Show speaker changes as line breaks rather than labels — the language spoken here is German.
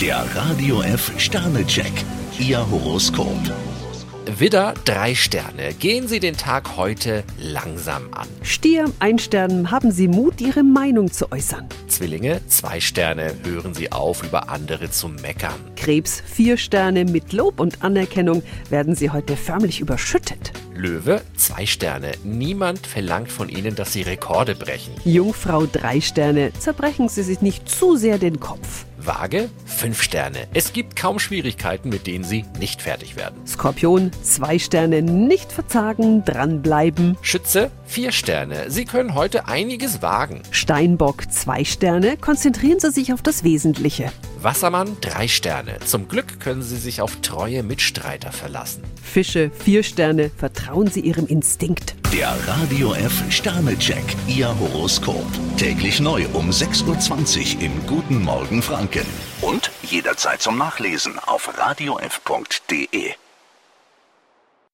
Der Radio F Sternecheck, Ihr Horoskop.
Widder, drei Sterne. Gehen Sie den Tag heute langsam an.
Stier, ein Stern, haben Sie Mut, Ihre Meinung zu äußern.
Zwillinge, zwei Sterne. Hören Sie auf, über andere zu meckern.
Krebs, vier Sterne, mit Lob und Anerkennung werden Sie heute förmlich überschüttet.
Löwe, zwei Sterne. Niemand verlangt von Ihnen, dass Sie Rekorde brechen.
Jungfrau, drei Sterne, zerbrechen Sie sich nicht zu sehr den Kopf.
Waage, fünf Sterne. Es gibt kaum Schwierigkeiten, mit denen Sie nicht fertig werden.
Skorpion, zwei Sterne, nicht verzagen, dranbleiben.
Schütze, vier Sterne. Sie können heute einiges wagen.
Steinbock, zwei Sterne, konzentrieren Sie sich auf das Wesentliche.
Wassermann, drei Sterne. Zum Glück können Sie sich auf treue Mitstreiter verlassen.
Fische, vier Sterne, vertrauen Sie Ihrem Instinkt.
Der Radio F Sternecheck, Ihr Horoskop. Täglich neu um 6.20 Uhr im Guten Morgen Franken. Und jederzeit zum Nachlesen auf radiof.de.